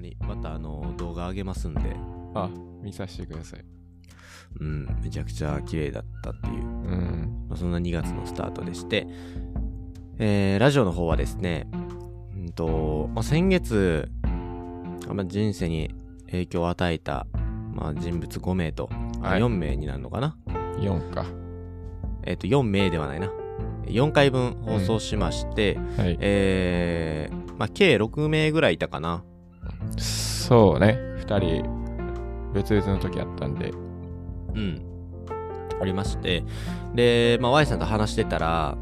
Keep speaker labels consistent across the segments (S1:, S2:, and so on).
S1: にまたあの動画上げますんで
S2: あ、見させてください。
S1: うんめちゃくちゃ綺麗だったっていう
S2: うん。
S1: まあそんな2月のスタートでして、えーラジオの方はですね、うんとまあ、先月、まあ、人生に影響を与えた、まあ、人物5名と、あ
S2: はい
S1: 4名になるのかな、
S2: 4か。
S1: えっと4名ではないな4回分放送しまして、
S2: はい。
S1: えーまあ、計6名ぐらいいたかな
S2: そうね。2人、別々の時あったんで。
S1: うんおりましてで、まあ、Y さんと話してたら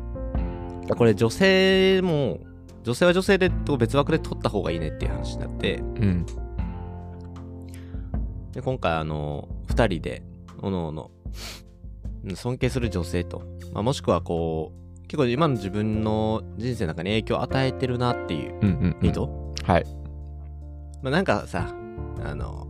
S1: これ女性も女性は女性でと別枠で撮った方がいいねっていう話になって
S2: うん。
S1: で今回あの2人でおのおのうん尊敬する女性と、まあ、もしくはこう結構今の自分の人生の中に影響を与えてるなっていう
S2: うんうん、うん。
S1: 人、
S2: はい。
S1: まあ、なんかさあの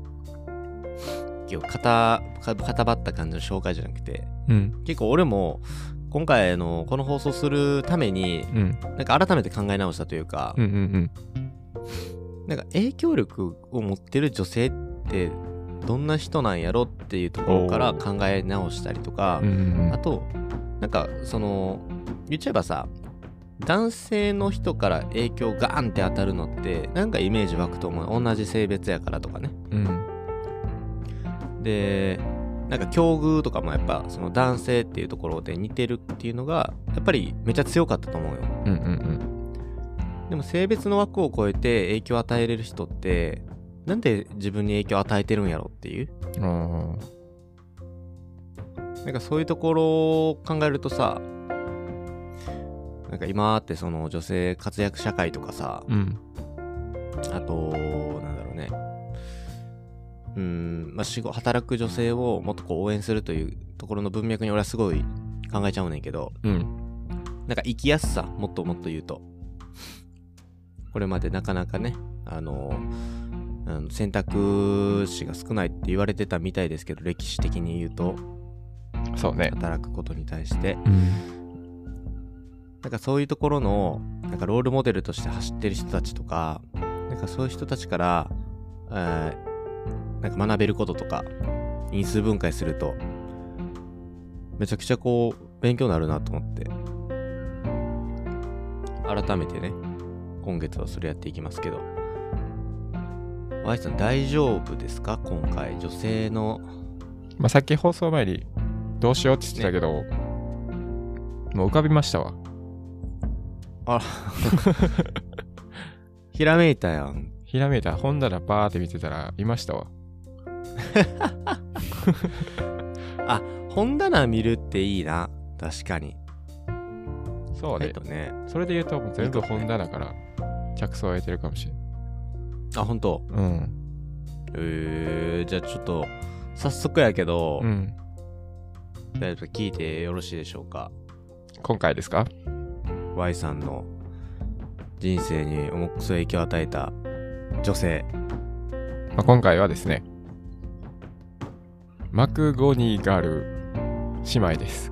S1: 結構固固まった感じの紹介じゃなくて
S2: うん。
S1: 結構俺も今回のこの放送するために
S2: うん。
S1: なんか改めて考え直したというか、
S2: うんうん
S1: なんか影響力を持ってる女性ってどんな人なんやろっていうところから
S2: お
S1: 考え直したりとか
S2: うん。う、んうんう
S1: あ
S2: ん。
S1: となんかその言っちゃえばさ男性の人から影響ガーンって当たるのってなんかイメージ湧くと思う同じ性別やからとかね
S2: うん。
S1: でなんか境遇とかもやっぱその男性っていうところで似てるっていうのがやっぱりめっちゃ強かったと思うよ
S2: うんうん
S1: でも性別の枠を超えて影響を与えれる人ってなんで自分に影響を与えてるんやろっていう
S2: うん。ああ。
S1: なんかそういうところを考えるとさなんか今ってその女性活躍社会とかさ
S2: うん。
S1: あとなんだろうねうーんまあ仕事働く女性をもっとこう応援するというところの文脈に俺はすごい考えちゃうねんけど
S2: うん。
S1: なんか生きやすさもっともっと言うとこれまでなかなかねあのあの選択肢が少ないって言われてたみたいですけど歴史的に言うと
S2: そうね。
S1: 働くことに対して
S2: うん。
S1: なんかそういうところのなんかロールモデルとして走ってる人たちとかなんかそういう人たちから、えーなんか学べることとか因数分解するとめちゃくちゃこう勉強になるなと思って改めてね今月はそれやっていきますけど Y さん大丈夫ですか今回女性の
S2: まあ、さっき放送前に、どうしようって言ってたけど、もう浮かびましたわ。
S1: あら ひらめいたやん
S2: ひらめいた本棚バーって見てたら、いましたわ。
S1: 本棚見るっていいな確かに
S2: そう
S1: え
S2: ね
S1: っと。ね
S2: それで言うと、もう全部本棚から着想を得てるかもしれない。
S1: あ本当
S2: うん。
S1: えー、じゃあちょっと早速やけど、
S2: うん。
S1: 誰か聞いてよろしいでしょうか
S2: 今回ですか
S1: Y さんの人生に重くそ影響を与えた女性
S2: まあ、今回はですね、マクゴニガル姉妹です。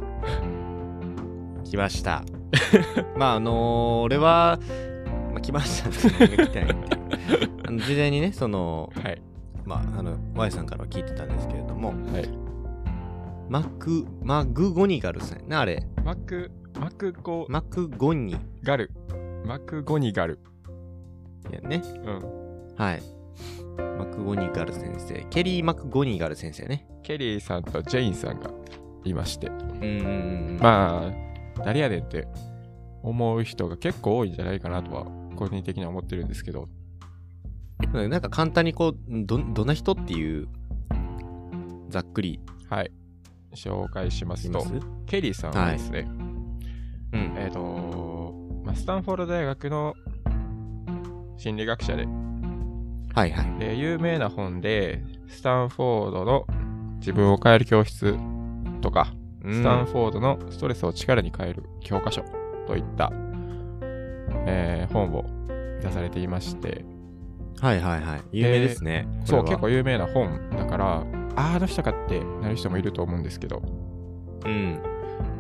S1: 来ました まああのー俺は、まあ、来ましたっていうのが来て ないんであの事前にねその
S2: はい。
S1: まああの Y さんからは聞いてたんですけれども、
S2: はい
S1: マクマグゴニガルさんやなあれ
S2: マク、マクゴ
S1: マクゴニ
S2: ガル。マクゴニガル。
S1: やね
S2: うん。
S1: はい。マクゴニガル先生。ケリー・マクゴニガル先生ね。
S2: ケリーさんとジェインさんがいまして。
S1: うんうんうん。あ、
S2: まあ、誰やねんって思う人が結構多いんじゃないかなとは、個人的には思ってるんですけど、
S1: なんか簡単にこう、んど、どんな人っていう、ざっくり
S2: はい。紹介します
S1: 言いま
S2: と
S1: す、
S2: ケリーさんはですね、
S1: うん。
S2: えっ、と、まあ、スタンフォード大学の心理学者で、
S1: はいはい。
S2: で有名な本で、スタンフォードの自分を変える教室とか、スタンフォードのストレスを力に変える教科書といった、えー本を出されていまして、
S1: はいはいはい。有名ですね。
S2: そう、
S1: これ
S2: 結
S1: は
S2: 構有名な本だから、あーあの人かってなる人もいると思うんですけど、
S1: うん。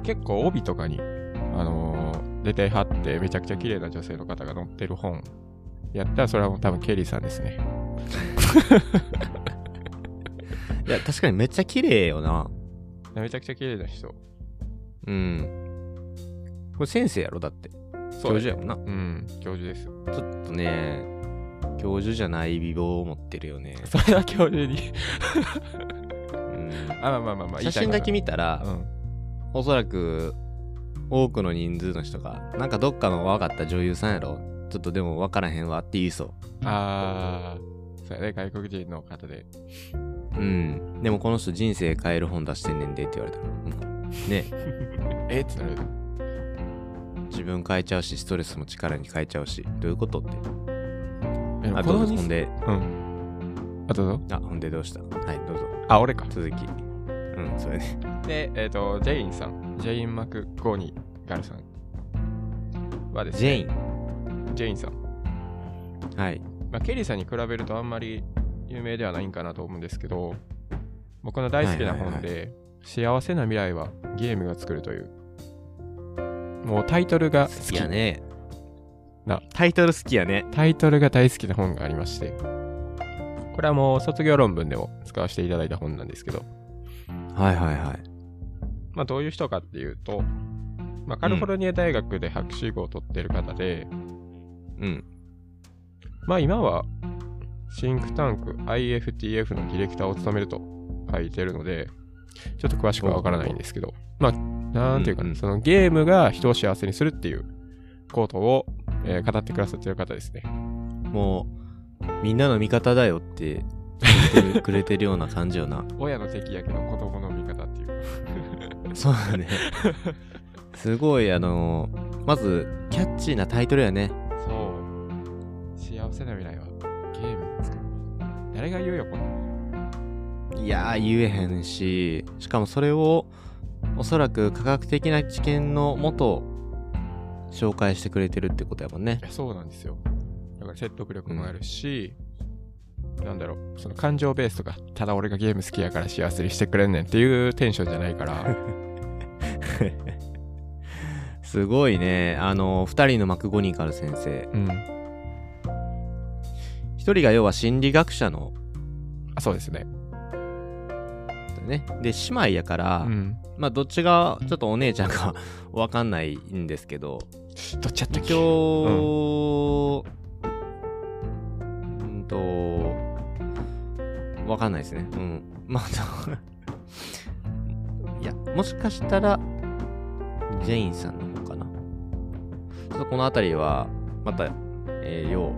S2: 結構帯とかに、あのー出てはってめちゃくちゃ綺麗な女性の方が載ってる本やったらそれはもう多分ケリーさんですね。
S1: いや、確かにめっちゃ綺麗よな。
S2: めちゃくちゃ綺麗な人。
S1: うん。これ先生やろだって。
S2: そ
S1: 教
S2: うだ
S1: 授
S2: よ
S1: やもんな。ち
S2: うん、教授です。
S1: ょっとね、教授じゃない美貌を持ってるよ ね。
S2: それは教授に。
S1: うん
S2: あ、まあまあまあまあ、
S1: 写真だけ
S2: 見
S1: 見たら、
S2: うん。
S1: おそらく多くの人数の人が、なんかどっかの若かった女優さんやろ。ちょっとでも分からへんわって言いそ
S2: あー、そうやね、外国人の方で。
S1: う。うん。でもこの人人生変える本出してんねんでって言われたら。うんね。
S2: えってなる。
S1: 自分変えちゃうし、ストレスも力に変えちゃうし。どういうことって。
S2: え
S1: あ、
S2: こ
S1: どうぞ。
S2: の
S1: ほ
S2: 店
S1: んで、
S2: うん。あ、どうぞ。
S1: あ、ほんでどうしたはい、どうぞ。
S2: あ、俺か。
S1: 続き。うん、それね。
S2: で、えっ、と、ジェインさん。ジェイン・マクゴーニガルさんはです
S1: ジェイ
S2: ね、
S1: ン。
S2: ジェインさん。
S1: はい。
S2: まあ、ケリーさんに比べるとあんまり有名ではないんかなと思うんですけど、僕の大好きな本で、
S1: は
S2: 幸せな未来はゲームが作るという、もうタイトルが好き、
S1: ね。
S2: な
S1: タイトル好きやね。
S2: タイトルが大好きな本がありまして、これはもう卒業論文でも使わせていただいた本なんですけど、
S1: はいはいはい。
S2: まあ、どういう人かっていうと、まあ、カリフォルニア大学で博士号を取ってる方で、
S1: うん。
S2: まあ今はシンクタンク IFTF のディレクターを務めると書いてるので、ちょっと詳しくはわからないんですけど、まあ、なんていうか
S1: うんう
S2: ね、
S1: ん
S2: そのゲームが人を幸せにするっていうことを、えー語ってくださってる方ですね。
S1: もう、みんなの味方だよって言ってくれてるような感じよ な。
S2: 親の敵やけど子供の味方っていう。
S1: そうだね。すごい、あのまず、キャッチーなタイトルやね。
S2: そう。幸せな未来はゲームを作る。誰が言うよ、こんなの。
S1: いやー、言えへんし、しかもそれを、おそらく科学的な知見のもと、紹介してくれてるってことやもんね
S2: い。やそうなんですよ。だから説得力もあるし、なんだろう、その感情ベースとか、ただ俺がゲーム好きやから幸せにしてくれんねんっていうテンションじゃない から、
S1: すごいね。あの二人のマクゴニカル先生。
S2: うん。
S1: 一人が要は心理学者の、
S2: あそうですね。
S1: ね。で、姉妹やから、
S2: うん。
S1: まあ、どっちが、ちょっとお姉ちゃんかわかんないんですけど、
S2: どっちやったっ
S1: 一
S2: け
S1: 応、うん、と、わかんないですね。うん。まあ、そう いや、もしかしたら、ジェインさんの方かな。ちょっとこの辺りは、また、えー、要、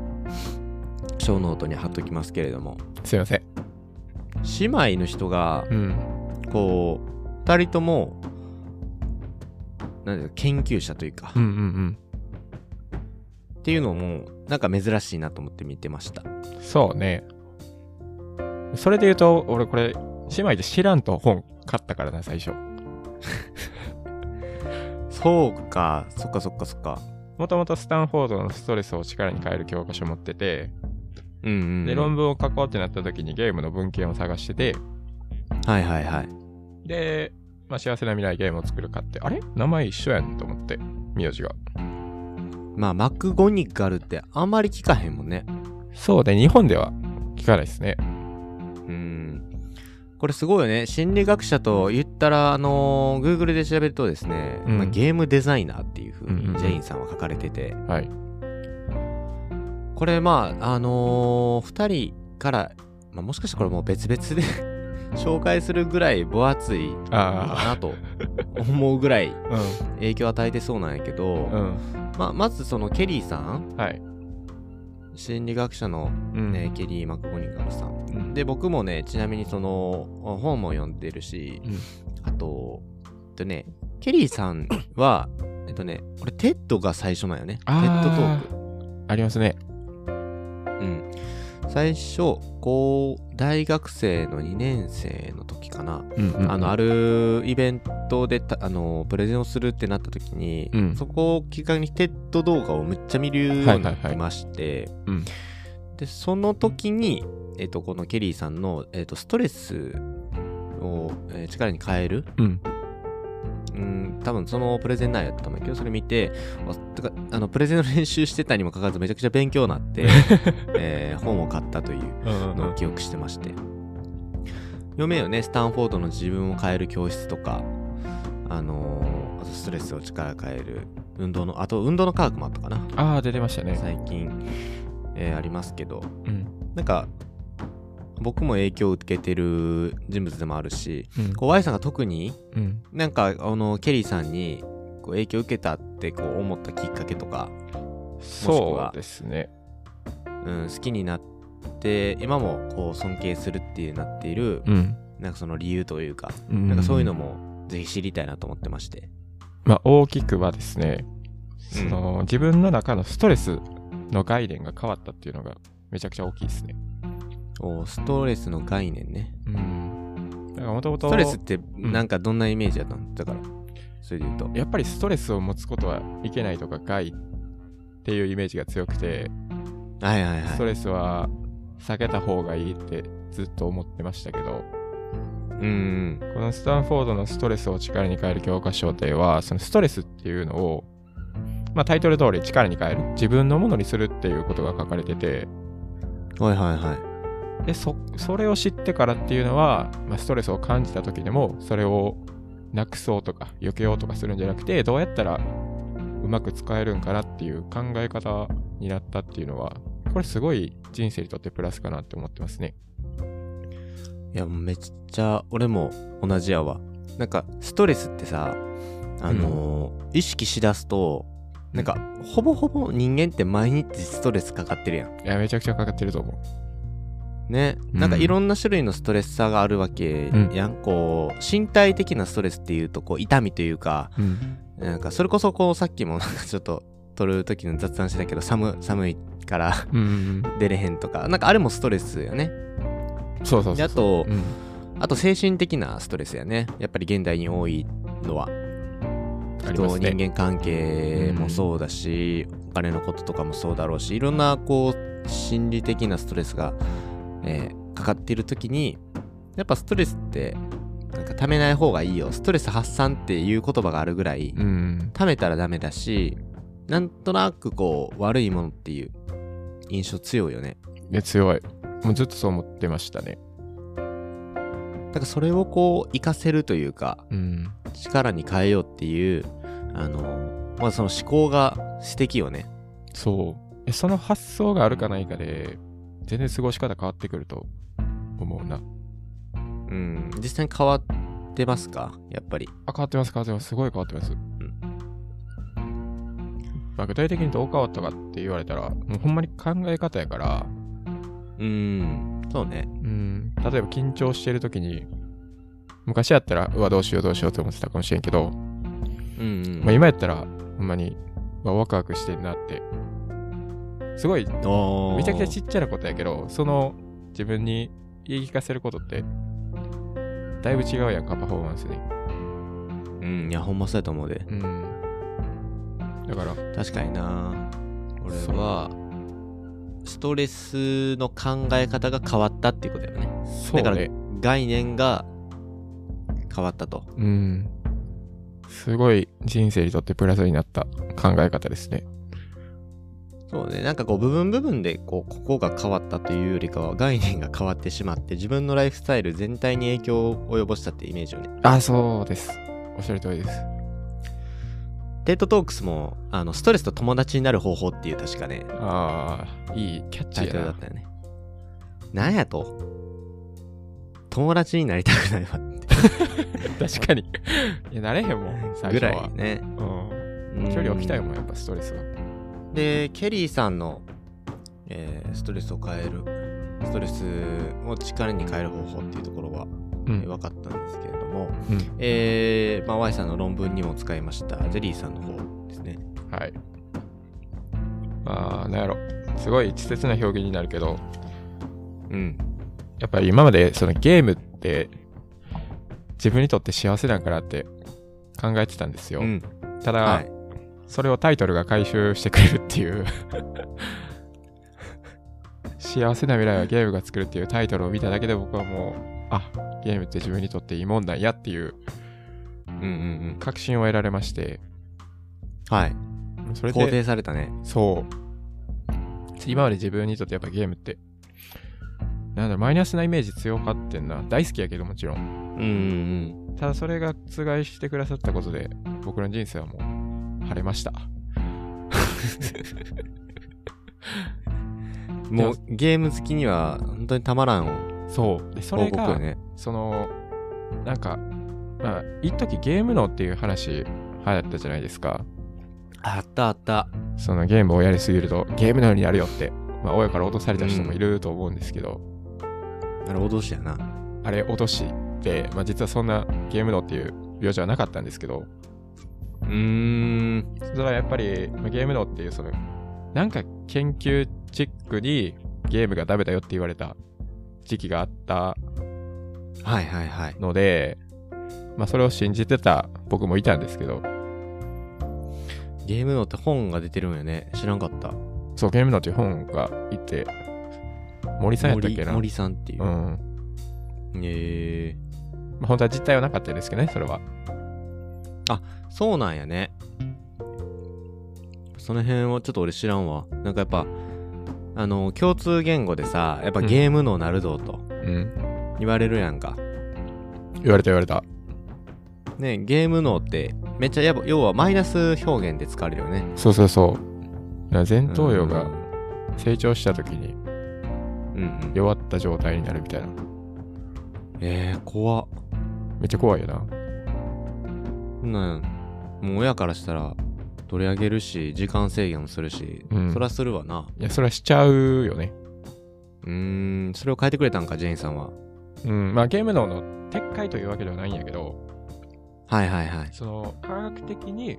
S1: 小ノートに貼っときますけれども、
S2: すいません。
S1: 姉妹の人が、
S2: うん。
S1: こう、二人とも、なんですか、研究者というか、
S2: うんう
S1: っ
S2: ん
S1: ていうのも、なんか珍しいなと思って見てました。
S2: うん。そうね。それで言うと、俺これ、姉妹で知らんと本買ったからな、最初。
S1: そうか、そっかそっかそっか。
S2: もともとスタンフォードのストレスを力に変える教科書持ってて、
S1: うんうん、
S2: で、論文を書こうってなった時にゲームの文献を探してて、
S1: はいはいはい。
S2: で、まあ、幸せな未来ゲームを作るかって、あれ名前一緒やんと思って、名字が。
S1: まあ、マクゴニカルってあんまり聞かへんもんね。
S2: そうで、日本では聞かないですね。
S1: うん。これすごいよね。心理学者と言ったら、あのー、Google で調べるとですね、
S2: うん
S1: まあ、ゲームデザイナーっていう風
S2: うんうんう
S1: に
S2: ん
S1: ジェインさんは書かれてて、
S2: はい。
S1: これまああのー、2人から、まあ、もしかしたらこれもう別々で 紹介するぐらい分厚いのかなと思うぐらい影響を与えてそうなんやけど、
S2: うん。うん。
S1: まあ、まずそのケリーさん
S2: はい。
S1: 心理学者の、
S2: うん
S1: ねケリー・マクゴニガルさん
S2: うん
S1: で僕もねちなみにその本も読んでるし、
S2: うん
S1: あとえっとねケリーさんは えっとね俺テッドが最初なんよねテ
S2: あー
S1: ッドトーク
S2: ありますね。
S1: うん。最初、こう、大学生の2年生の時かな。
S2: うん、
S1: あの、あるイベントでた、あの、プレゼンをするってなった時に、
S2: うん
S1: そこをきっかけにテッド動画をむっちゃ見るように
S2: はいは
S1: ない
S2: はい
S1: りまして、
S2: うん
S1: で、その時に、えっ、と、このケリーさんの、えっ、と、ストレスを、えー力に変える
S2: うん。
S1: うん、多分そのプレゼン内容だったと思うけど、それ見て、あてかあのプレゼンの練習してたにもかかわらずめちゃくちゃ勉強にな って、えー本を買ったという
S2: うん
S1: のを記憶してまして。読めよね、スタンフォードの自分を変える教室とか、あのーあとストレスを力変える、運動の、あと運動の科学もあったかな。
S2: ああ、出てましたね。
S1: 最近、えーありますけど、
S2: うん。
S1: なんか、僕も影響を受けてる人物でもあるし、
S2: うん。
S1: こう Y さんが特に
S2: うん。
S1: なんかあのケリーさんにこう影響を受けたってこう思ったきっかけとか、
S2: そうですね。
S1: うん、好きになって今もこう尊敬するっていうなっている、
S2: うん。
S1: なんかその理由というか、
S2: な
S1: なんかそういうの。もぜひ知りたいなと思ってまして。
S2: まあ、大きくはですね、
S1: うん
S2: その、自分の中のストレスの概念が変わったっていうのがめちゃくちゃ大きいですね。
S1: おストレスの概念ね。
S2: うん。だからもともと、
S1: ストレスってなんかどんなイメージだったの、だから、それで言うと。
S2: やっぱりストレスを持つことはいけないとか害っていうイメージが強くて、
S1: はいはい
S2: ス
S1: は
S2: ト
S1: い。
S2: レスは避けた方がいいってずっと思ってましたけど、
S1: うん
S2: このスタンフォードのストレスを力に変える教科書では、そのストレスっていうのを、まあタイトル通り力に変える、自分のものにするっていうことが書かれてて、
S1: うん。はいはいはい。
S2: で、そ、それを知ってからっていうのは、まあストレスを感じた時でも、それをなくそうとか、避けようとかするんじゃなくて、どうやったらうまく使えるんかなっていう考え方になったっていうのは、これすごい人生にとってプラスかなって思ってますね。
S1: いや、もうめっちゃ俺も同じやわ。なんかストレスってさ、あのー意識しだすと、なんか、ほぼほぼ人間って毎日ストレスかかってるやん。
S2: いや、めちゃくちゃかかってると思う。
S1: ね。
S2: うん
S1: なんかいろんな種類のストレスさがあるわけやん。こう、身体的なストレスっていうと、こう、痛みというか、なんかそれこそこう、さっきもなんかちょっと、撮る時の雑談してたけど、寒、寒いから
S2: うん。
S1: 出れへんとか、なんかあれもストレスよね。
S2: そうそうそうそう。
S1: であと
S2: うん
S1: あと精神的なストレスやね。やっぱり現代に多いのは。
S2: ありま
S1: と
S2: すね
S1: 人間関係もそうだし、お金のこととかもそうだろうしいろんなこう心理的なストレスが、えーかかっている時にやっぱストレスってなんか溜めない方がいいよストレス発散っていう言葉があるぐらい
S2: うん。
S1: 溜めたらダメだしなんとなくこう悪いものっていう印象強いよね
S2: いや、強い。もうずっとそう思ってましたね。
S1: だからそれをこう活かせるというか
S2: うん。
S1: 力に変えようっていうあのまあその思考が素敵よね
S2: そう。えその発想があるかないかで、全然過ごし方変わってくると思うな。
S1: うん、実際に変わってますかやっぱり。
S2: あ、変わってます、変わってます。すごい変わってます。
S1: ん
S2: まあ、具体的にどう変わったかって言われたら、もうほんまに考え方やから、
S1: うん、そうね。
S2: うん、例えば緊張してる時に、昔やったら、うわ、どうしようどうしようって思ってたかもしれんけど、
S1: うん、うん。
S2: まあ、今やったら、ほんまに、うわワクワクしてんなって、すごい
S1: おー
S2: めちゃくちゃちっちゃなことやけど、その自分に言い聞かせることって、だいぶ違うやんか、パフォーマンスに。
S1: うん、いや、ほんまそうやと思うで。
S2: うん。だから、
S1: 確かにな。俺
S2: そう
S1: は、ストレスの考え方が変わったっていうことだよね。
S2: そ
S1: だ
S2: う
S1: から
S2: ね。、
S1: 概念が変わったと。
S2: うん。すごい人生にとってプラスになった考え方ですね。
S1: そうね。なんかこう、部分部分で、こう、ここが変わったというよりかは、概念が変わってしまって、自分のライフスタイル全体に影響を及ぼしたってイメージよね。
S2: あ、そうです。おっしゃる通りです。
S1: テッドトークスも、あの、ストレスと友達になる方法っていう、確かね、
S2: ああ、いいキャッチ
S1: タイ
S2: ー
S1: ト ルだ
S2: や
S1: ったよね。なんやと友達になりたくないわ
S2: な。確かに。いや、慣れへん もん、最
S1: ぐ
S2: 初
S1: ら
S2: は。
S1: いね。
S2: うん。距離置きたいもん、やっぱストレスは。
S1: うん。で、ケリーさんの、えーストレスを変える、ストレスを力に変える方法っていうところは、
S2: う
S1: えー
S2: ん。
S1: 分かったんですけれども、
S2: うん
S1: えーまあ、Y さんの論文にも使いました、ゼリーさんの方ですね。
S2: はい。まあ、なんやろ。すごい稚拙な表現になるけど、
S1: うん。
S2: やっぱり今までそのゲームって自分にとって幸せなんかなって考えてたんですよ。
S1: うん。
S2: ただ、
S1: はい。
S2: それをタイトルが回収してくれるっていう 幸せな未来はゲームが作るっていうタイトルを見ただけで僕はもう、あ、ゲームって自分にとっていいもんなんやっていう
S1: うんうん。
S2: 確信を得られまして、
S1: はい。
S2: それ
S1: 肯
S2: で、
S1: 定されたね。
S2: そう。今まで自分にとってやっぱゲームって、なんだろう、マイナスなイメージ強かってんな。大好きやけどもちろん。
S1: うんうん
S2: ただそれが覆してくださったことで、僕の人生はもう、晴れました。
S1: うん。もうゲーム好きには本当にたまらん
S2: そう。で、そ
S1: 報
S2: れ
S1: 告
S2: が、
S1: よね。
S2: そのなんかまあ一時ゲーム脳っていう話流行ったじゃないですか
S1: あったあった。
S2: そのゲームをやりすぎるとゲーム脳になるよって、まあ、親から落とされた人もいると思うんですけど、
S1: なるほどしやな。
S2: あれ落として、まあ、実はそんなゲーム脳っていう病状はなかったんですけど
S1: うーん。
S2: それはやっぱり、まあ、ゲーム脳っていうそのなんか研究チックにゲームがダメだよって言われた時期があっ
S1: は
S2: た
S1: いはいはい。
S2: ので、まあ、それを信じてた僕もいたんですけど
S1: ゲームのって本が出てるんよね。知らんかった。
S2: そう、ゲームのっていう本がいて、森さんやったっけ
S1: 森
S2: な。
S1: 森さんっていうう。
S2: ん。
S1: え
S2: まあ、本当は実態はなかったですけどね、それは。
S1: ー、そうなんやね。その辺はちょっと俺知らんわ。なんかやっぱ、あの、共通言語でさ、やっぱ
S2: うん
S1: ゲームのなるぞと
S2: うん。
S1: 言われるやんか。
S2: 言われた言われた。
S1: ねゲーム脳ってめっちゃやっぱ要はマイナス表現で使われるよね
S2: そうそうそう。だから前頭葉が成長した時に
S1: うんうん
S2: 弱った状態になるみたいな。
S1: えー、怖っ
S2: めっちゃ怖いよな。
S1: そんなんもう親からしたら取り上げるし時間制限もするし、
S2: うん
S1: そらするわない
S2: や、それはしちゃうよね。
S1: うーんそれを変えてくれたんかジェインさんは
S2: うん。まあ、ゲーム脳の撤回というわけではないんやけど、
S1: はいはいはい
S2: その、科学的に、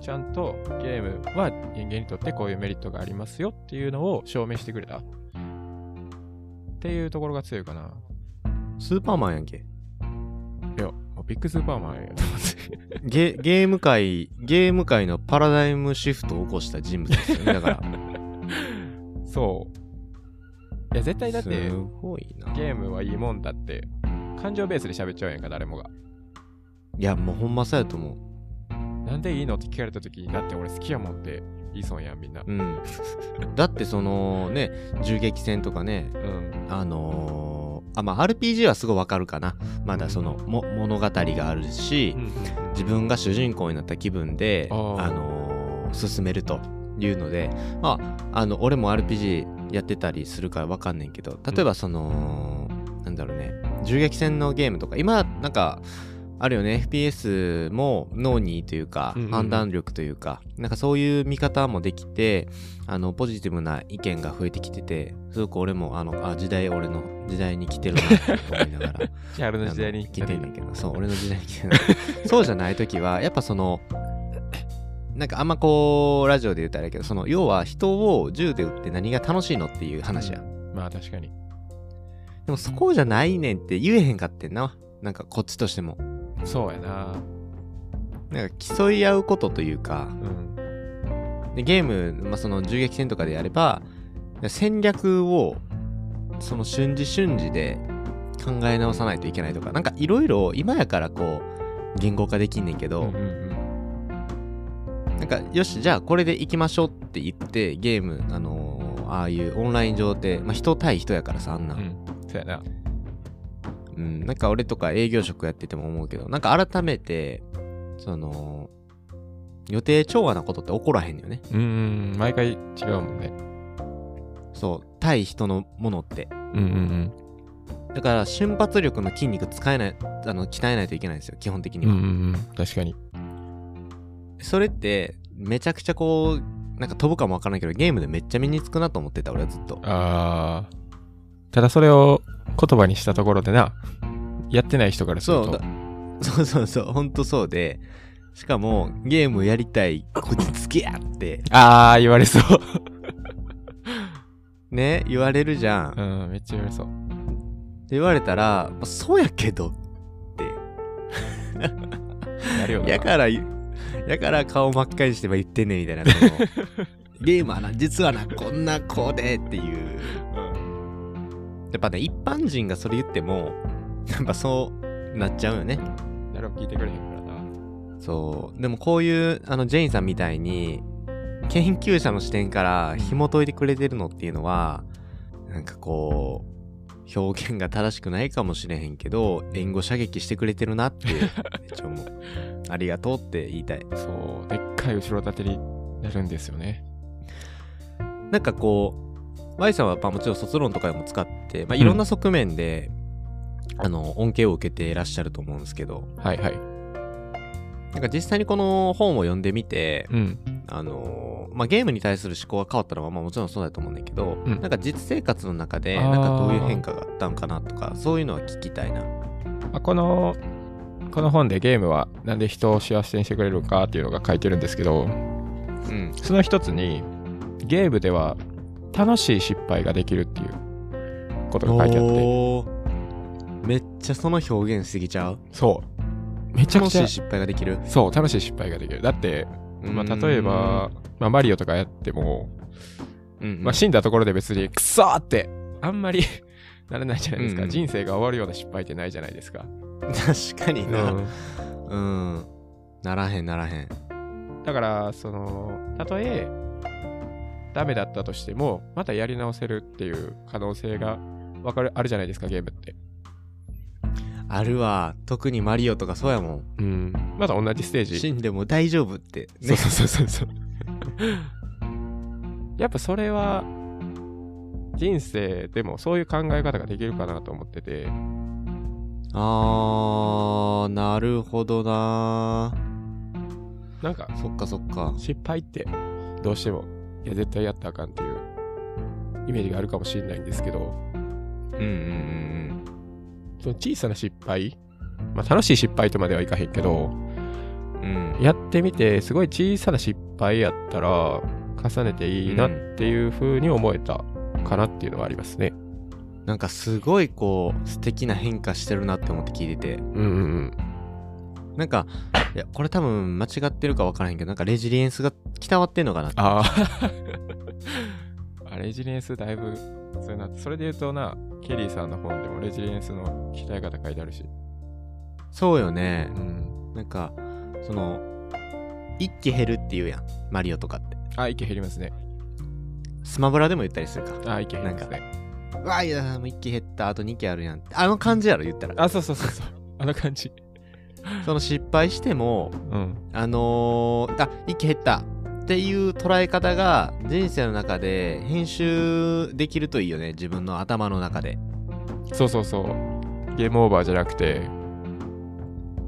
S2: ちゃんとゲームは人間にとってこういうメリットがありますよっていうのを証明してくれた。っていうところが強いかな。
S1: スーパーマンやんけ
S2: いや、もうビッグスーパーマンやと思って。
S1: ゲゲーム界ゲーム界のパラダイムシフトを起こした人物ですよねだから
S2: そう。いや、絶対だって、
S1: すごいな
S2: ゲームはいいもんだって、感情ベースで喋っちゃうやんか、誰もが。
S1: いやもうほんまそうやと思
S2: なんでいいのって聞かれた時に、だって俺好きやもんって言いそうやん、みんな
S1: う。うんだってそのね銃撃戦とかね
S2: うん。
S1: あのーあ、まあ、RPG はすごいわかるかな。まだその、も、物語があるし、自分が主人公になった気分で、あ
S2: あー
S1: のー進めるというので、まあ、あの、俺も RPG やってたりするからわかんないけど、例えばその、なんだろうね、銃撃戦のゲームとか、今、なんか、あるよね FPS も脳にというか
S2: うんうんうん
S1: 判断力というか、なんかそういう見方もできてあのポジティブな意見が増えてきててすごく俺もあのあ時代俺の時代に来てるなと思いながら
S2: 千春
S1: あ
S2: の
S1: の
S2: 時代に
S1: 来てんねんけどそう俺の時代に来て ないそうじゃない時はやっぱそのなんかあんまこうラジオで言ったらあれやけどその要は人を銃で撃って何が楽しいのっていう話や
S2: まあ確かに。
S1: でもそこじゃないねんって言えへんかってんななんかこっちとしても
S2: そうやな。
S1: なんか競い合うことというか
S2: うん。
S1: でゲーム、まあ、その銃撃戦とかでやれば戦略をその瞬時瞬時で考え直さないといけないとかなんかいろいろ今やからこう言語化できんねんけど、
S2: うんうん
S1: なんかよしじゃあこれで行きましょうって言ってゲームあのーああいうオンライン上で、まあ、人対人やからさあんな、
S2: うん。うんん。そうやな。
S1: うん、なんか俺とか営業職やってても思うけどなんか改めてその予定調和なことって起こらへんのよね
S2: うんうん。毎回違うもんね。
S1: そう対人のものって
S2: うんうん
S1: だから瞬発力の筋肉使えないあの鍛えないといけないんですよ基本的
S2: う
S1: に
S2: ん。う
S1: は、
S2: んうんうん。確かに。
S1: それってめちゃくちゃこうなんか飛ぶかもわからないけどゲームでめっちゃ身につくなと思ってた俺はずっと
S2: あー。ただそれを言葉にしたところでな、やってない人からす
S1: そ
S2: ると。
S1: うだ そうそうそうほんとそうでしかもゲームやりたいこじつけやって
S2: あー、言われそう。
S1: ね言われるじゃん、
S2: う
S1: って
S2: ん、めっちゃ言われそう。
S1: 言われたらまあそうやけどっ
S2: なるよな。
S1: てやからやから顔真っ赤にしてば言ってんねんみたいなその ゲームはな実はなこんな子でっていう
S2: うん
S1: やっぱね、一般人がそれ言っても、やっぱそうなっちゃうよね。
S2: 誰も聞いてくれへんからな。
S1: そう。でもこういう、あの、ジェインさんみたいに、研究者の視点から紐解いてくれてるのっていうのは、なんかこう、表現が正しくないかもしれへんけど、援護射撃してくれてるなって、めっちゃ思う。ありがとうって言いたい。
S2: そう、でっかい後ろ盾になるんですよね。
S1: なんかこう、Y さんはまあもちろん卒論とかでも使って、まあ、いろんな側面で、あの、恩恵を受けていらっしゃると思うんですけど、
S2: はいはい。
S1: なんか実際にこの本を読んでみて、
S2: うん。
S1: あのーまあ、ゲームに対する思考が変わったのは、まあ、もちろんそうだと思うんだけど、
S2: うん
S1: なんか実生活の中で
S2: あー
S1: なんかどういう変化があったのかなとかそういうのは聞きたいな
S2: まあこの、この本でゲームはなんで人を幸せにしてくれるのかっていうのが書いてるんですけど、
S1: うん
S2: その一つに、ゲームでは楽しい失敗ができるっていうことが書いてあって、
S1: おーめっちゃその表現しすぎちゃう
S2: そう。めちゃく
S1: 楽し
S2: ちゃ
S1: い、失敗ができる
S2: そう、楽しい失敗ができる。だって、まあ、
S1: うん
S2: 例えば、まあ、マリオとかやっても、
S1: うんうん
S2: まあ、死んだところで別に、くそーって、あんまり ならないじゃないですか、
S1: うん
S2: 人生が終わるような失敗ってないじゃないですか。
S1: 確かにな
S2: う
S1: う
S2: ん
S1: ん、ならへんならへん
S2: だから、その、たとえ、ダメだったとしても、またやり直せるっていう可能性が、わかる、あるじゃないですか、ゲームって。
S1: あるわ特にマリオとかそうやもん
S2: うん。また同じステージ。
S1: 死んでも大丈夫って
S2: そう
S1: ね
S2: そうそうそうそう。やっぱそれは、人生でもそういう考え方ができるかなと思ってて、
S1: あーなるほどな
S2: なんか、
S1: そっかそっか
S2: 失敗ってどうしてもいや絶対やったらあかんっていうイメージがあるかもしれないんですけど
S1: うんうんうん
S2: その小さな失敗、まあ、楽しい失敗とまではいかへんけど
S1: うん
S2: やってみてすごい小さな失敗やったら重ねていいなっていう風に思えたかなっていうのはありますね。
S1: なんかすごいこう素敵な変化してるなって思って聞いてて
S2: うんうん
S1: なんかいやこれ多分間違ってるか分からへんけどなんかレジリエンスが伝わってんのかなって
S2: ああレジリエンスだいぶそういうなそれで言うとなケリーさんの本でもレジリエンスの鍛え方書いてあるし。
S1: そうよね
S2: うん、
S1: なんかその一気減るっていうやんマリオとかって
S2: あ息減りますね。
S1: スマブラでも言ったりするか
S2: あ息減りますね。
S1: うわいやもう一気減ったあと2気あるやんあの感じやろ言ったら
S2: あ、そうそうそうそう。 あの感じ。
S1: その失敗しても
S2: うん。
S1: あのー、あ一気減ったっていう捉え方が人生の中で編集できるといいよね自分の頭の中で
S2: そうそうそう。ゲームオーバーじゃなくて、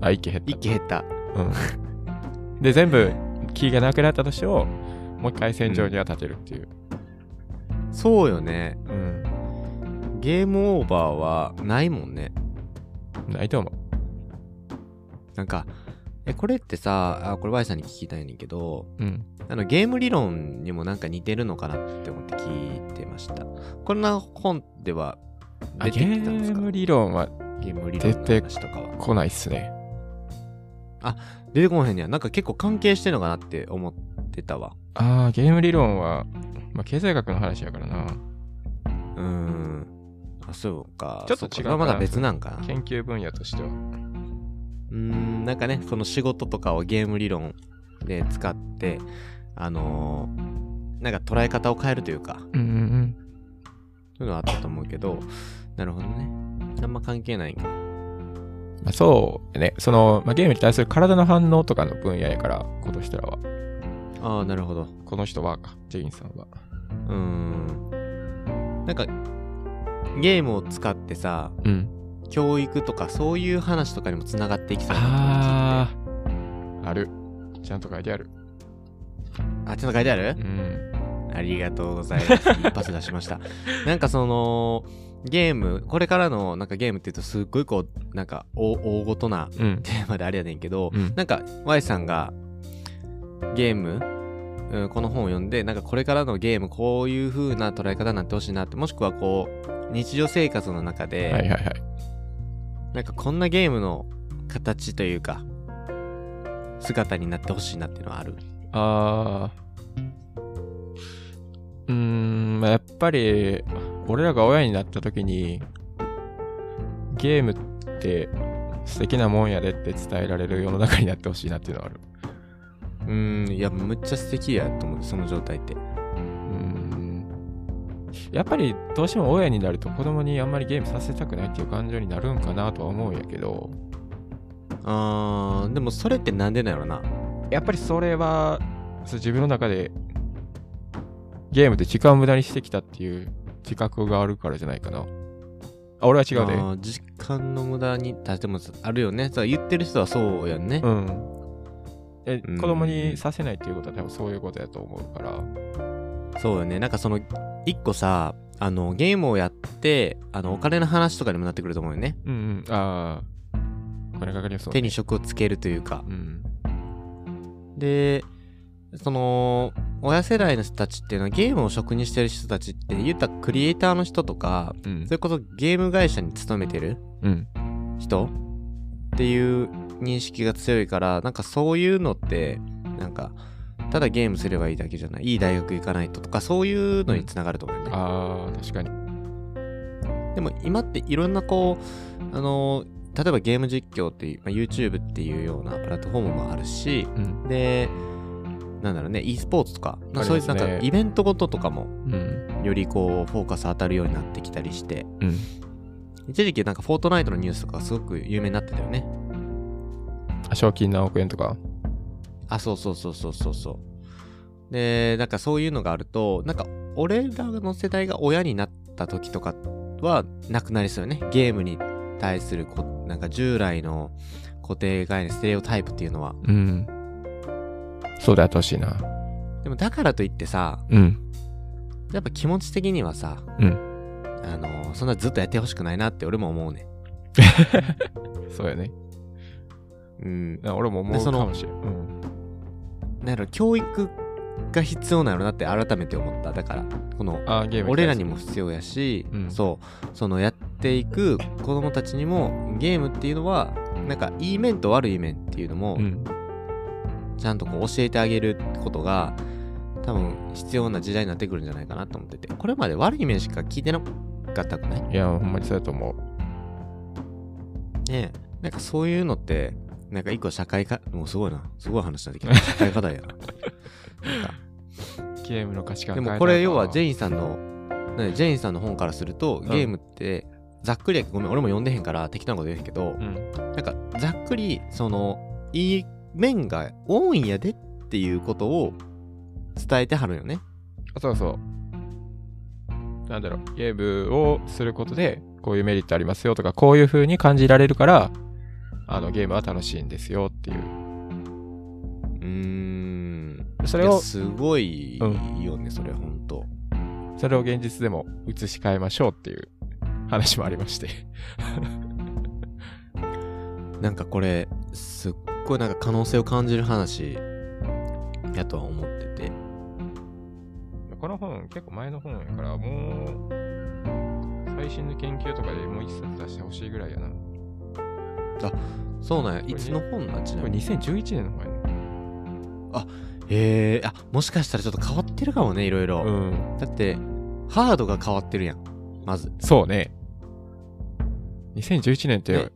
S2: あ、息減った。
S1: 一気減った
S2: うん。で、全部、気がなくなったとしても、もう一回戦場には立てるっていう。
S1: そうよね
S2: うん。
S1: ゲームオーバーはないもんね
S2: ないと思う。
S1: なんかえこれってさあこれ Y さんに聞きたいねんけど
S2: うん。
S1: あのゲーム理論にもなんか似てるのかなって思って聞いてましたこんな本では
S2: あ
S1: 出て
S2: ゲ
S1: きたんです
S2: ー
S1: か
S2: ム理論は
S1: ゲーム理論の話とかは
S2: 来ないっすね。
S1: 出てこへんねやなんか結構関係してんのかなって思ってたわ
S2: ああ、ゲーム理論は、まあ、経済学の話やからな。
S1: うーんあそうか
S2: ちょっと
S1: そ
S2: 違うかな
S1: かまだ別なんかな
S2: 研究分野としては。
S1: うーんなんかねその仕事とかをゲーム理論で使ってあのーなんか捉え方を変えるというか
S2: うんうんうん。
S1: そういうのはあったと思うけどなるほどねあんま関係ないんか
S2: まあ、そうね。その、まあ、ゲームに対する体の反応とかの分野やから、今年らは。
S1: ああなるほど
S2: この人はか、ジェインさんは。
S1: うーんなんかゲームを使ってさ
S2: うん。
S1: 教育とかそういう話とかにもつながっていきそうな
S2: あああるちゃんと書いてある
S1: ああちょっと書いてある
S2: うん
S1: ありがとうござい ます。一発出しました。なんかその、ゲーム、これからのなんかゲームって言うとすっごいこう、なんか大大ごとな
S2: うん
S1: テーマであれやねんけど、
S2: うん
S1: なんか Y さんがゲーム、うんこの本を読んで、なんかこれからのゲームこういう風な捉え方になってほしいなって、もしくはこう、日常生活の中で、
S2: はいはいはい
S1: なんかこんなゲームの形というか、姿になってほしいなっていうのはある。
S2: あーうーんまあやっぱり俺らが親になった時にゲームって素敵なもんやでって伝えられる世の中になってほしいなっていうのはある。
S1: うーん、いや、むっちゃ素敵やと思う、その状態って。
S2: うーん。やっぱりどうしても親になると子供にあんまりゲームさせたくないっていう感情になるんかなとは思うんやけど、
S1: あー、でもそれってなんでなんやろな。
S2: やっぱりそれはそう自分の中でゲームで時間を無駄にしてきたっていう自覚があるからじゃないかな。あ、俺は違うで。
S1: あー時間の無駄に、たでもあるよね。そう言ってる人はそうやんね。
S2: うん。え、
S1: うん
S2: 子供にさせないっていうことは多分そういうことやと思うから。
S1: そうよね。なんかその、一個さ、あの、ゲームをやって、あの、お金の話とかにもなってくると思うよね。
S2: うんうん。ああ。お金かかりますもんね
S1: 手に職をつけるというか。
S2: うん。
S1: で、その、親世代の人たちっていうのはゲームを職にしてる人たちって、言ったらクリエイターの人とか、
S2: うん
S1: そ。れこそゲーム会社に勤めてる
S2: うん。
S1: 人っていう認識が強いから、なんかそういうのって、なんか、ただゲームすればいいだけじゃない、いい大学行かないととか、そういうのにつながると思うよね。
S2: ああ、確かに。
S1: でも今っていろんなこう、あのー例えばゲーム実況っていう、まあ、YouTube っていうようなプラットフォームもあるし、
S2: うん。
S1: で、なんだろうね、e スポーツとか、まあ
S2: ありますね
S1: そういうなんかイベントごととかも、
S2: うん。
S1: よりこう、フォーカス当たるようになってきたりして、
S2: うん。
S1: 一時期なんかフォートナイトのニュースとかすごく有名になってたよね。
S2: 賞金何億円とか。
S1: あ、そうそうそうそうそうそう。で、なんかそういうのがあると、なんか俺らの世代が親になった時とかはなくなりそうよね。ゲームに対するこ、なんか従来の固定概念、ステレオタイプっていうのは。
S2: うん。そうであってほしいな。
S1: でもだからといってさ、
S2: うん。
S1: やっぱ気持ち的にはさ、
S2: う
S1: あの、そんなずっとやってほしくないなって俺も思うね。
S2: そうやね。
S1: うん。
S2: な俺も
S1: で
S2: 思う
S1: そ
S2: か
S1: の
S2: もしれん。うん。
S1: なんやろ、教育が必要なのなって改めて思った。だから、この
S2: あーゲーム
S1: 俺らに
S2: も。
S1: も必要やし、
S2: うん
S1: そうそのやっていく子供たちにもゲームっていうのはなんかいい面と悪い面っていうのも
S2: うん。
S1: ちゃんとこう教えてあげることが多分必要な時代になってくるんじゃないかなと思っててこれまで悪い面しか聞いてなかったくないね
S2: いや、ほんまにそうやと思う。
S1: えなんかそういうのってなんか一個社会かもうすごいなすごい話なんだけ ど社会課題やななんか
S2: ゲームの価値観
S1: で
S2: 変
S1: も
S2: え
S1: こ
S2: な
S1: れ
S2: いか
S1: 要
S2: な
S1: はジェインさんのねジェインさんの本からすると
S2: ん
S1: ゲームってざっくりやけどごめん俺も読んでへんから適当なこと言えへんけど、
S2: うん。
S1: なんかざっくりそのいい面が多いんやでっていうことを伝えてはるよね。
S2: あそうそう。なんだろう、ゲームをすることで、こういうメリットありますよとか、こういう風に感じられるから、あの、ゲームは楽しいんですよっていう。
S1: うーん。
S2: そ
S1: そ
S2: れを、
S1: すごいよ
S2: う
S1: ね、それほんと。
S2: それを現実でも移し替えましょうっていう 話もありまして。
S1: なんかこれすっごいなんか可能性を感じる話やとは思ってて。
S2: この本、結構前の本やから、もう、最新の研究とかでもう一冊出してほしいぐらいやな。こ
S1: そうなんや。いつの本なんちな
S2: れ
S1: みに。
S2: 2011年の本やね。
S1: へえ、あ、もしかしたらちょっと変わってるかもね、いろいろ。
S2: うん。
S1: だって、ハードが変わってるやん。まず。
S2: そうね。2011年
S1: ね
S2: って、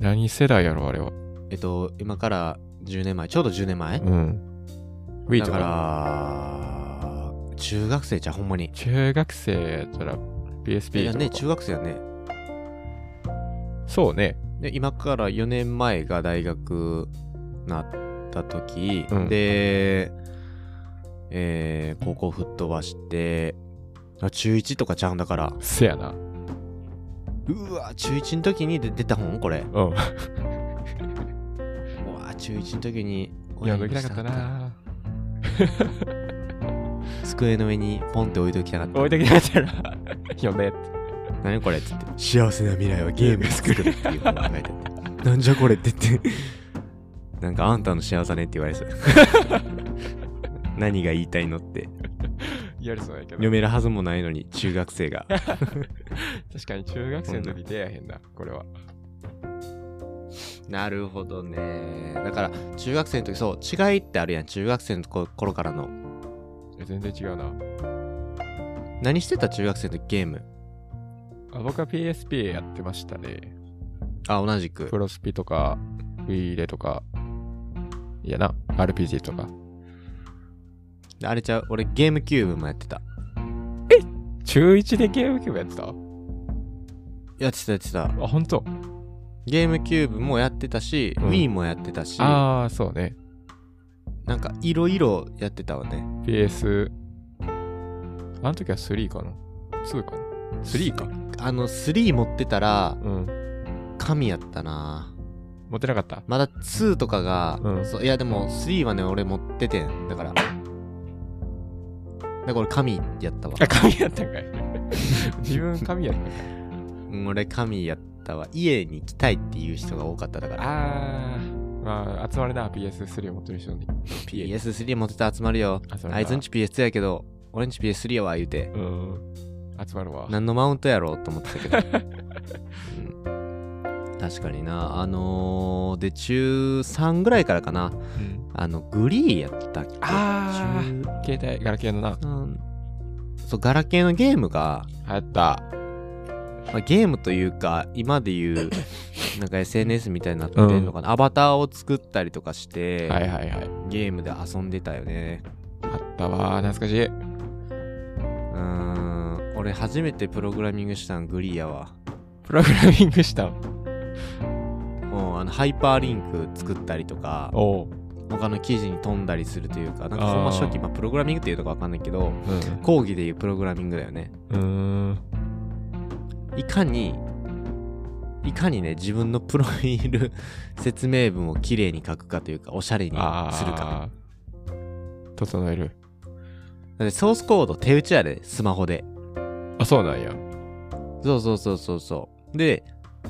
S2: 何世代やろ、あれは。
S1: えっと、今から10年前、ちょうど10年前、
S2: うん。Wii
S1: だ
S2: と
S1: か、
S2: から
S1: 中学生じゃんほんまに。
S2: 中学生やったら
S1: い
S2: PSP
S1: や
S2: とか。
S1: ね、中学生やね。
S2: そうね。
S1: で、今から4年前が大学なった時、
S2: うん
S1: で、えー、高校吹っ飛ばして、あ中1とかちゃうんだから。
S2: せやな。
S1: うわ、中1の時に出出た本これ。
S2: うん。
S1: うわ、中1の時に
S2: い
S1: 親
S2: や、
S1: に
S2: 伸
S1: 見
S2: び
S1: せ
S2: な
S1: た
S2: か
S1: か
S2: っ
S1: った
S2: た
S1: な。
S2: な。
S1: 机の上にポンって置いときたかった。
S2: 置いてきなかった な。読めって。
S1: 何これっつって「幸せな未来はゲームで作る」っていう本が書いてあ って「なんじゃこれ」って言ってなんかあんたの幸せねって言われそう何が言いたいのって
S2: やりそうやけど
S1: 読。めるはずもないのに中学生が
S2: 確かに中学生の時出会えへんな、これは。
S1: なるほどねだから中学生の時そう違いってあるやん中学生の頃からの
S2: いや全然違うな。
S1: 何してた中学生の時ゲーム
S2: あ僕は PSP やってましたね。
S1: あ、同じく
S2: プ。ロスピとか、ウィーレとか、いやな、RPG とか。
S1: であれちゃう、俺ゲームキューブもやってた。
S2: 中1でゲームキューブやってたあ、
S1: やってたやってた。
S2: ほんと
S1: ゲームキューブもやってたし、
S2: うん
S1: Wii もやってたし、な
S2: ああ、そうね。
S1: んかいろいろやってたわね。
S2: PS、あの時は3かな ?2 かな ?3 か。
S1: あの、3持ってたら、
S2: うん。
S1: 神やったな
S2: 持ってなかった
S1: まだ2とかが、
S2: うん
S1: そういやでも3はね、俺持っててん。だから。だから俺神やったわ。
S2: あ、神やったんかい。 自分神やったんかい。
S1: うん俺神やったわ。家に来たいっていう人が多かっただから。
S2: あー、まあ、集まるな、PS3 を持ってる人に。
S1: PS3 持ってたら集まるよ。
S2: 集まるな
S1: あいつんち PS2 やけど、俺んち PS3 やわ、言うて。
S2: うん。集まるわ。
S1: 何のマウントやろうと思ってたけ ど、うん確かになあのー、で中3ぐらいからかな
S2: うん
S1: あのグリーやったっけ
S2: あー
S1: 中
S2: 携帯、ガラケーのな。
S1: 3そうガラケーのゲームが、
S2: 流行った。
S1: まあ、ゲームというか今で言 うなんか SNS みたいになってるのかな、アバターを作ったりとかして、
S2: はいはいはい。
S1: ゲームで遊んでたよね
S2: あったわー、懐かしい。
S1: うーん俺初めてプログラミングしたんグリーやわ
S2: プログラミングしたん。
S1: うんあのハイパーリンク作ったりとか
S2: おう。
S1: 他の記事に飛んだりするというか、なんかほんま初期、
S2: あー
S1: まあ、プログラミングっていうのかわかんないけど、
S2: う
S1: 講義でいうプログラミングだよね。
S2: ん。うーん。
S1: いかに、いかにね、自分のプロフィール 説明文をきれいに書くかというか、おしゃれにするか。
S2: あー。整える。
S1: だってソースコード手打ちやで、スマホで。
S2: あ、そうなんや。
S1: そうそうそうそうそう。で、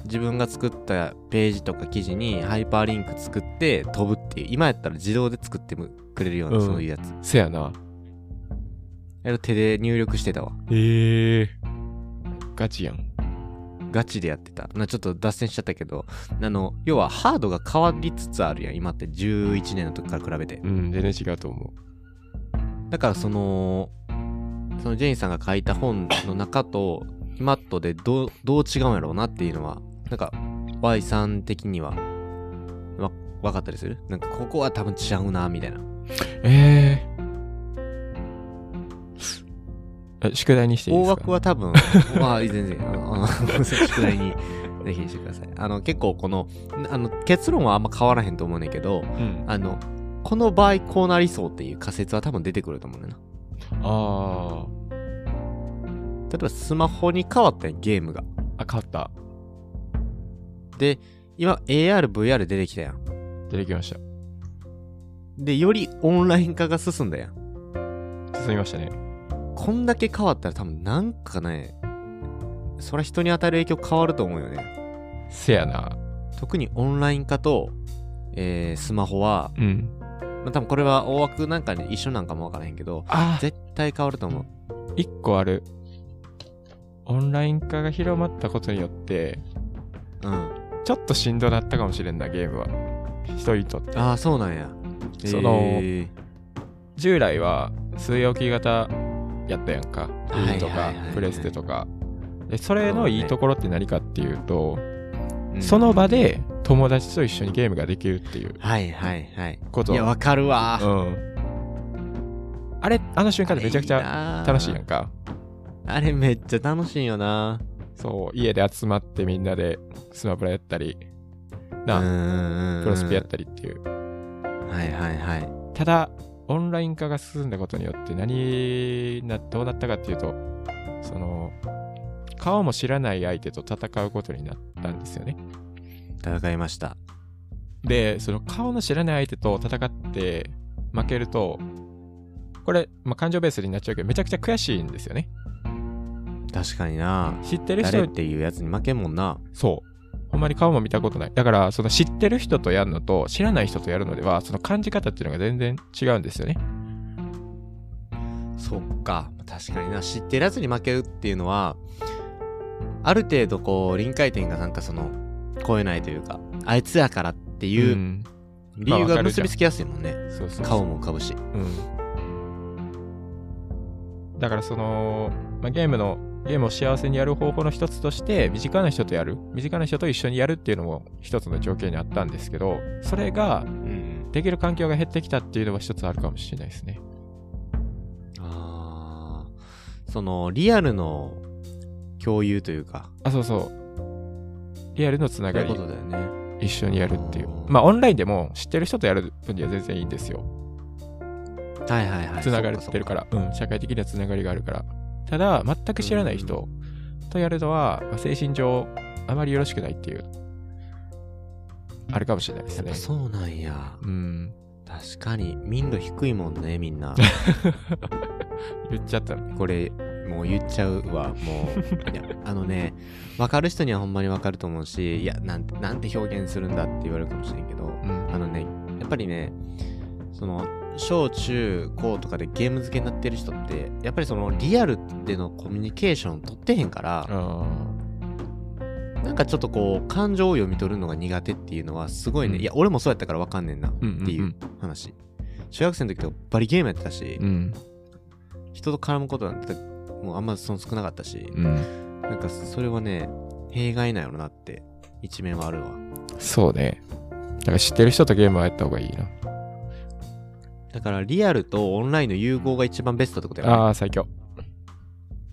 S1: 自分が作ったページとか記事にハイパーリンク作って飛ぶっていう、今やったら自動で作ってもくれるような、
S2: うん
S1: そういうやつ。
S2: せやな。
S1: あれ手で入力してたわ。
S2: ええー。ガチやん。
S1: ガチでやってた。なちょっと脱線しちゃったけど、あの、要はハードが変わりつつあるやん、今って11年の時から比べて。
S2: うん、全然違うと思
S1: だからその、そのジェインさんが書いた本の中と、今とでどう、どう違うんやろうなっていうのは、なんか、Y さん的には、わ、分かったりするなんか、ここは多分違うな、みたいな。
S2: う。えー。え宿題にしていいで
S1: 大
S2: すか
S1: 枠は多分、まあ、全然、あの、あの宿題に、ぜひしてください。あの、結構この、あの、結論はあんま変わらへんと思うねんけど、
S2: うん、あ
S1: あの、この場合こうなりそうっていう仮説は多分出てくると思うねんな。
S2: あ
S1: 例えばスマホに変わったやん、ゲームが。
S2: あ変わった
S1: で、今 AR、VR 出てきたやん。
S2: 出てきました
S1: で、よりオンライン化が進んだやん。
S2: 進みましたね
S1: こんだけ変わったら多分なんかね、そら人に与える影響変わると思うよね。
S2: せやな
S1: 特にオンライン化と、えースマホは、
S2: うん
S1: まあ、多分これは大枠なんかに一緒なんかもわからへんけど、
S2: あ
S1: 絶対変わると思う。
S2: 一個あるオンライン化が広まったことによって
S1: うん。あ
S2: ちょっとしんどなったかもしれんなゲームは人にとって
S1: あー、そうなんや。
S2: その
S1: えー
S2: 従来は据え置き型やったやんか
S1: はいはいはい
S2: Wii とかプレステとかでそれのいいところって何かっていうと
S1: うん
S2: その場で友達と一緒にゲームができるっていう
S1: はいはいはい。
S2: こと
S1: いや、わかるわ。
S2: うん、あれあの瞬間ってめちゃくちゃ
S1: ゃ
S2: 楽しいやんか
S1: あれめっちゃ楽しいよな。
S2: そう家で集まってみんなでスマブラやったりな
S1: あ
S2: プロスピやったりっていう
S1: はいはいはい。
S2: ただオンライン化が進んだことによって何などうなったかっていうとその顔も知らない相手と戦うことになったんですよね
S1: 戦いました。
S2: でその顔の知らない相手と戦って負けるとこれ、まあ、感情ベースになっちゃうけどめちゃくちゃ悔しいんですよね
S1: 確かにな。
S2: 知ってる
S1: 誰
S2: 人
S1: っていうやつに負けんもんな。
S2: そう。ほんまに顔も見たことない。だから、その知ってる人とやるのと、知らない人とやるのでは、その感じ方っていうのが全然違うんですよね。
S1: そっか。確かにな。知ってるやつに負けるっていうのは、ある程度こう、臨界点がなんかその、超えないというか、あいつやからっていううん理由が結びつきやすいもんね。
S2: そうそうそう
S1: 顔も浮かぶし。
S2: うん。だから、その、まあ、ゲームのゲームを幸せにやる方法の一つとして、身近な人とやる、身近な人と一緒にやるっていうのも一つの条件にあったんですけど、それが
S1: うん。
S2: できる環境が減ってきたっていうのは一つあるかもしれないですね。
S1: ああ。その、リアルの共有というか、
S2: あ、そうそう。リアルのつな
S1: そう
S2: が
S1: いうこ
S2: り、
S1: とだよね。
S2: 一緒にやるっていう
S1: あ。ー
S2: まあ、オンラインでも知ってる人とやる分には全然いいんですよ。
S1: はいはいはい。
S2: つながれてるから、うん、社会的なつながりがあるから。ただ、全く知らない人とやるのは、まあ精神上、あまりよろしくないっていう、あるかもしれないです
S1: そうか
S2: ね。
S1: そうか。やっぱそうなんや。
S2: うん。
S1: 確かに、民度低いもんね、みんな。
S2: 言っちゃったの。
S1: これ、もう言っちゃうわ、もう。いや、あのね、わかる人にはほんまにわかると思うし、いや、なんて、なんて表現するんだって言われるかもしれんけど、
S2: うん。
S1: あのね、やっぱりね、その、小中高とかでゲーム付けになってる人って、やっぱりそのリアルでのコミュニケーション取ってへんから、
S2: あ
S1: なんかちょっとこう、感情を読み取るのが苦手っていうのはすごいね、
S2: うん
S1: いや、俺もそうやったからわかんねんな、っ
S2: ーん
S1: ていう話。中学生の時とかバリゲームやってたし
S2: う、ん。
S1: 人と絡むことなんて、もうあんまその少なかったし、
S2: うん。
S1: なんかそれはね、弊害なんやろなって、一面はあるわ。
S2: そうね。だから知ってる人とゲームはやった方がいいな。
S1: だからリアルとオンラインの融合が一番ベストってことやね。
S2: ああ、最強。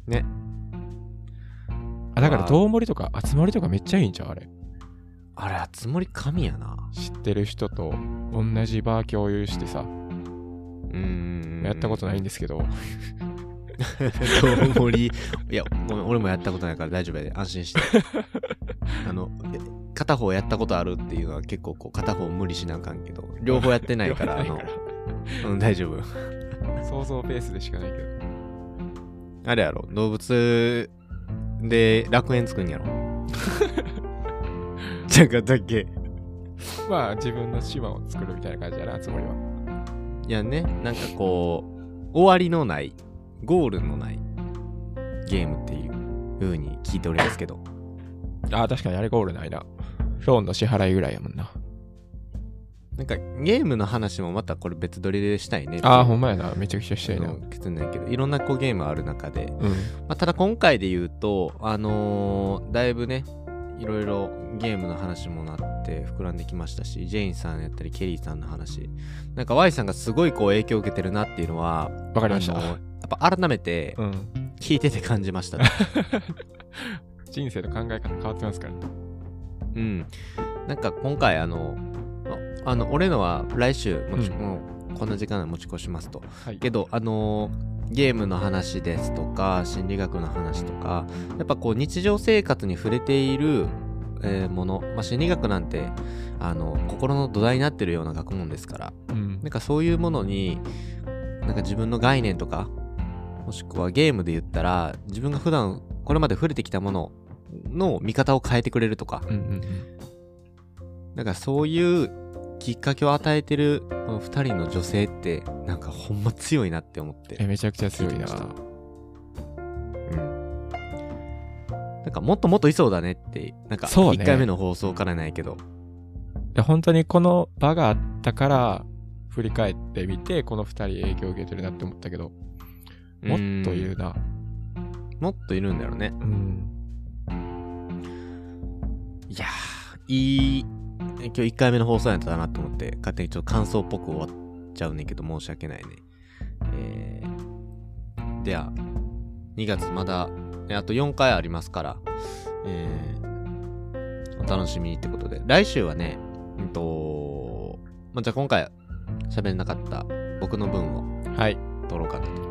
S1: ね。
S2: あ、だから、
S1: あー
S2: どうもりとか、集まりとかめっちゃいいんじゃん、あれ。
S1: あれ、あつ森神やな。
S2: 知ってる人と同じバー共有してさ、
S1: うーん。
S2: やったことないんですけど、
S1: どうもり。いや、ごめん、俺もやったことないから大丈夫やで。安心 して。あの、え片方やったことあるっていうのは結構こう、片方無理しなあかんけど、両方やってないから、あ
S2: 両
S1: の
S2: 方やって、
S1: うん、大丈夫。
S2: 想像ベースでしかないけど。
S1: あれやろ、動物で楽園作 んやろ。ちゃかだっけ。
S2: まあ自分の島を作るみたいな感じやな、つもりは。
S1: いやね、なんかこう、終わりのない、ゴールのないゲームっていう風に聞いておりますけど。
S2: ああ、確かにあれゴールないな。ローンの支払いぐらいやもんな。
S1: なんかゲームの話もまたこれ別撮りでしたいね。
S2: ああ、ほんまやな。めちゃくちゃしたいな。
S1: のきつないけど、いろんなこうゲームある中で、
S2: う
S1: まあ、ただ今回で言うと、あのーだいぶね、いろいろゲームの話もなって膨らんできましたし、ジェインさんやったりケリーさんの話、なんか Y さんがすごいこう影響を受けてるなっていうのは、
S2: ん。わかりまし
S1: あのー
S2: た。
S1: やっぱ改めて
S2: うん。
S1: 聞いてて感じました。
S2: 人生の考え方変わってますから。
S1: うん。なんか今回あの、ああの、俺のは来週持ち、
S2: うん
S1: もうこんな時間で持ち越しますと。
S2: はい。
S1: けどあのーゲームの話ですとか心理学の話とかやっぱこう日常生活に触れている、えーもの、まあ、心理学なんてあの心の土台になってるような学問ですから
S2: うん
S1: なん。かそういうものになんか自分の概念とかもしくはゲームで言ったら自分が普段これまで触れてきたものの見方を変えてくれるとか
S2: うんうん
S1: なんかそういうきっかけを与えてるこの2人の女性ってなんかほんま強いなって思って
S2: え、めちゃくちゃ強い
S1: 聞い
S2: な
S1: て。ましたうん。なんかもっともっといそうだねって、なんか
S2: そうね
S1: 1回目の放送からないけど。
S2: で本当にこの場があったから、振り返ってみて、この二人影響を受けてるなって思ったけど、もっといる
S1: う
S2: な。
S1: ん。もっといるんだろうね。
S2: うん。
S1: いやー、いい、今日1回目の放送やったなと思って、勝手にちょっと感想っぽく終わっちゃうねんけど、申し訳ないね。えー、では、2月まだ、ねあと4回ありますから、えー、お楽しみにってことで、来週はね、うんと、まあ、じゃあ今回喋れなかった僕の分を、
S2: はい。
S1: 撮ろうかなと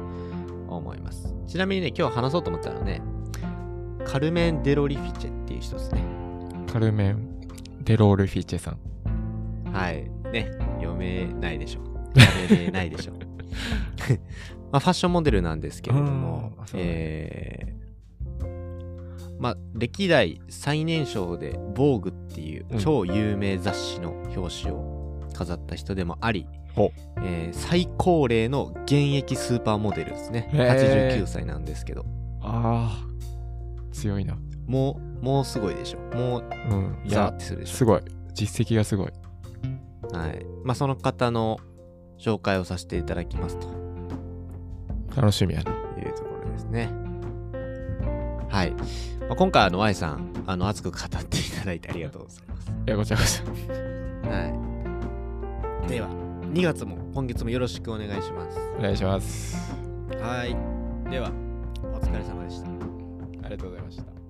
S1: 思います。ちなみにね、今日話そうと思ったのはね、カルメン・デロリフィチェっていう人ですね。
S2: カルメン・デロール・フィーチェさん。
S1: はい。ね、読めないでしょ。読めないでしょ。 まあ、ファッションモデルなんですけれども
S2: うんあ、そうなんだ
S1: えーまあ、歴代最年少で「防具っていう
S2: うん
S1: 超有名雑誌の表紙を飾った人でもあり、
S2: ほう
S1: えー最高齢の現役スーパーモデルですね
S2: へー
S1: 89歳なんですけど
S2: ああ、強いな。
S1: もう、もうすごいでしょ。もう、
S2: うん。い
S1: ザー
S2: や
S1: っ、てするでし
S2: すごい。実績がすごい。
S1: ょ。はい。まあ、その方の紹介をさせていただきますと
S2: 楽しみやな。
S1: いうところですね。はい。まあ、今回、あの、Y さん、あの、熱く語っていただいてありがとうございます。
S2: いや、ごちゃごちゃ。
S1: はい。では、2月も今月もよろしくお願いします。
S2: お願いします。
S1: はい。では、お疲れ様でした。
S2: ありがとうございました。